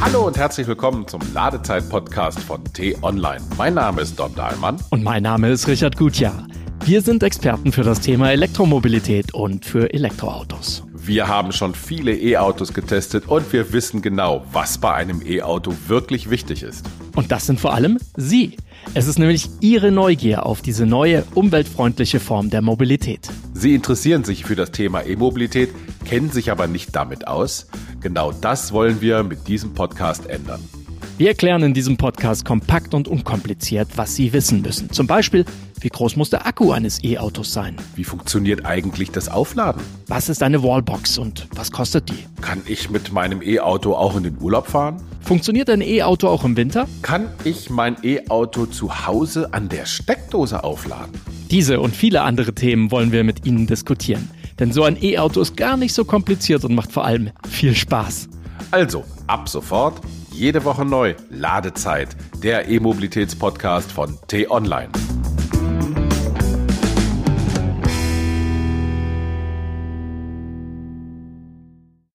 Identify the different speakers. Speaker 1: Hallo und herzlich willkommen zum Ladezeit-Podcast von T-Online. Mein Name ist Don Dahlmann.
Speaker 2: Und mein Name ist Richard Gutjahr. Wir sind Experten für das Thema Elektromobilität und für Elektroautos.
Speaker 1: Wir haben schon viele E-Autos getestet und wir wissen genau, was bei einem E-Auto wirklich wichtig ist.
Speaker 2: Und das sind vor allem Sie. Es ist nämlich Ihre Neugier auf diese neue, umweltfreundliche Form der Mobilität.
Speaker 1: Sie interessieren sich für das Thema E-Mobilität, kennen sich aber nicht damit aus. Genau das wollen wir mit diesem Podcast ändern.
Speaker 2: Wir erklären in diesem Podcast kompakt und unkompliziert, was Sie wissen müssen. Zum Beispiel, wie groß muss der Akku eines E-Autos sein?
Speaker 1: Wie funktioniert eigentlich das Aufladen?
Speaker 2: Was ist eine Wallbox und was kostet die?
Speaker 1: Kann ich mit meinem E-Auto auch in den Urlaub fahren?
Speaker 2: Funktioniert ein E-Auto auch im Winter?
Speaker 1: Kann ich mein E-Auto zu Hause an der Steckdose aufladen?
Speaker 2: Diese und viele andere Themen wollen wir mit Ihnen diskutieren. Denn so ein E-Auto ist gar nicht so kompliziert und macht vor allem viel Spaß.
Speaker 1: Also, ab sofort, jede Woche neu, Ladezeit, der E-Mobilitäts-Podcast von T-Online.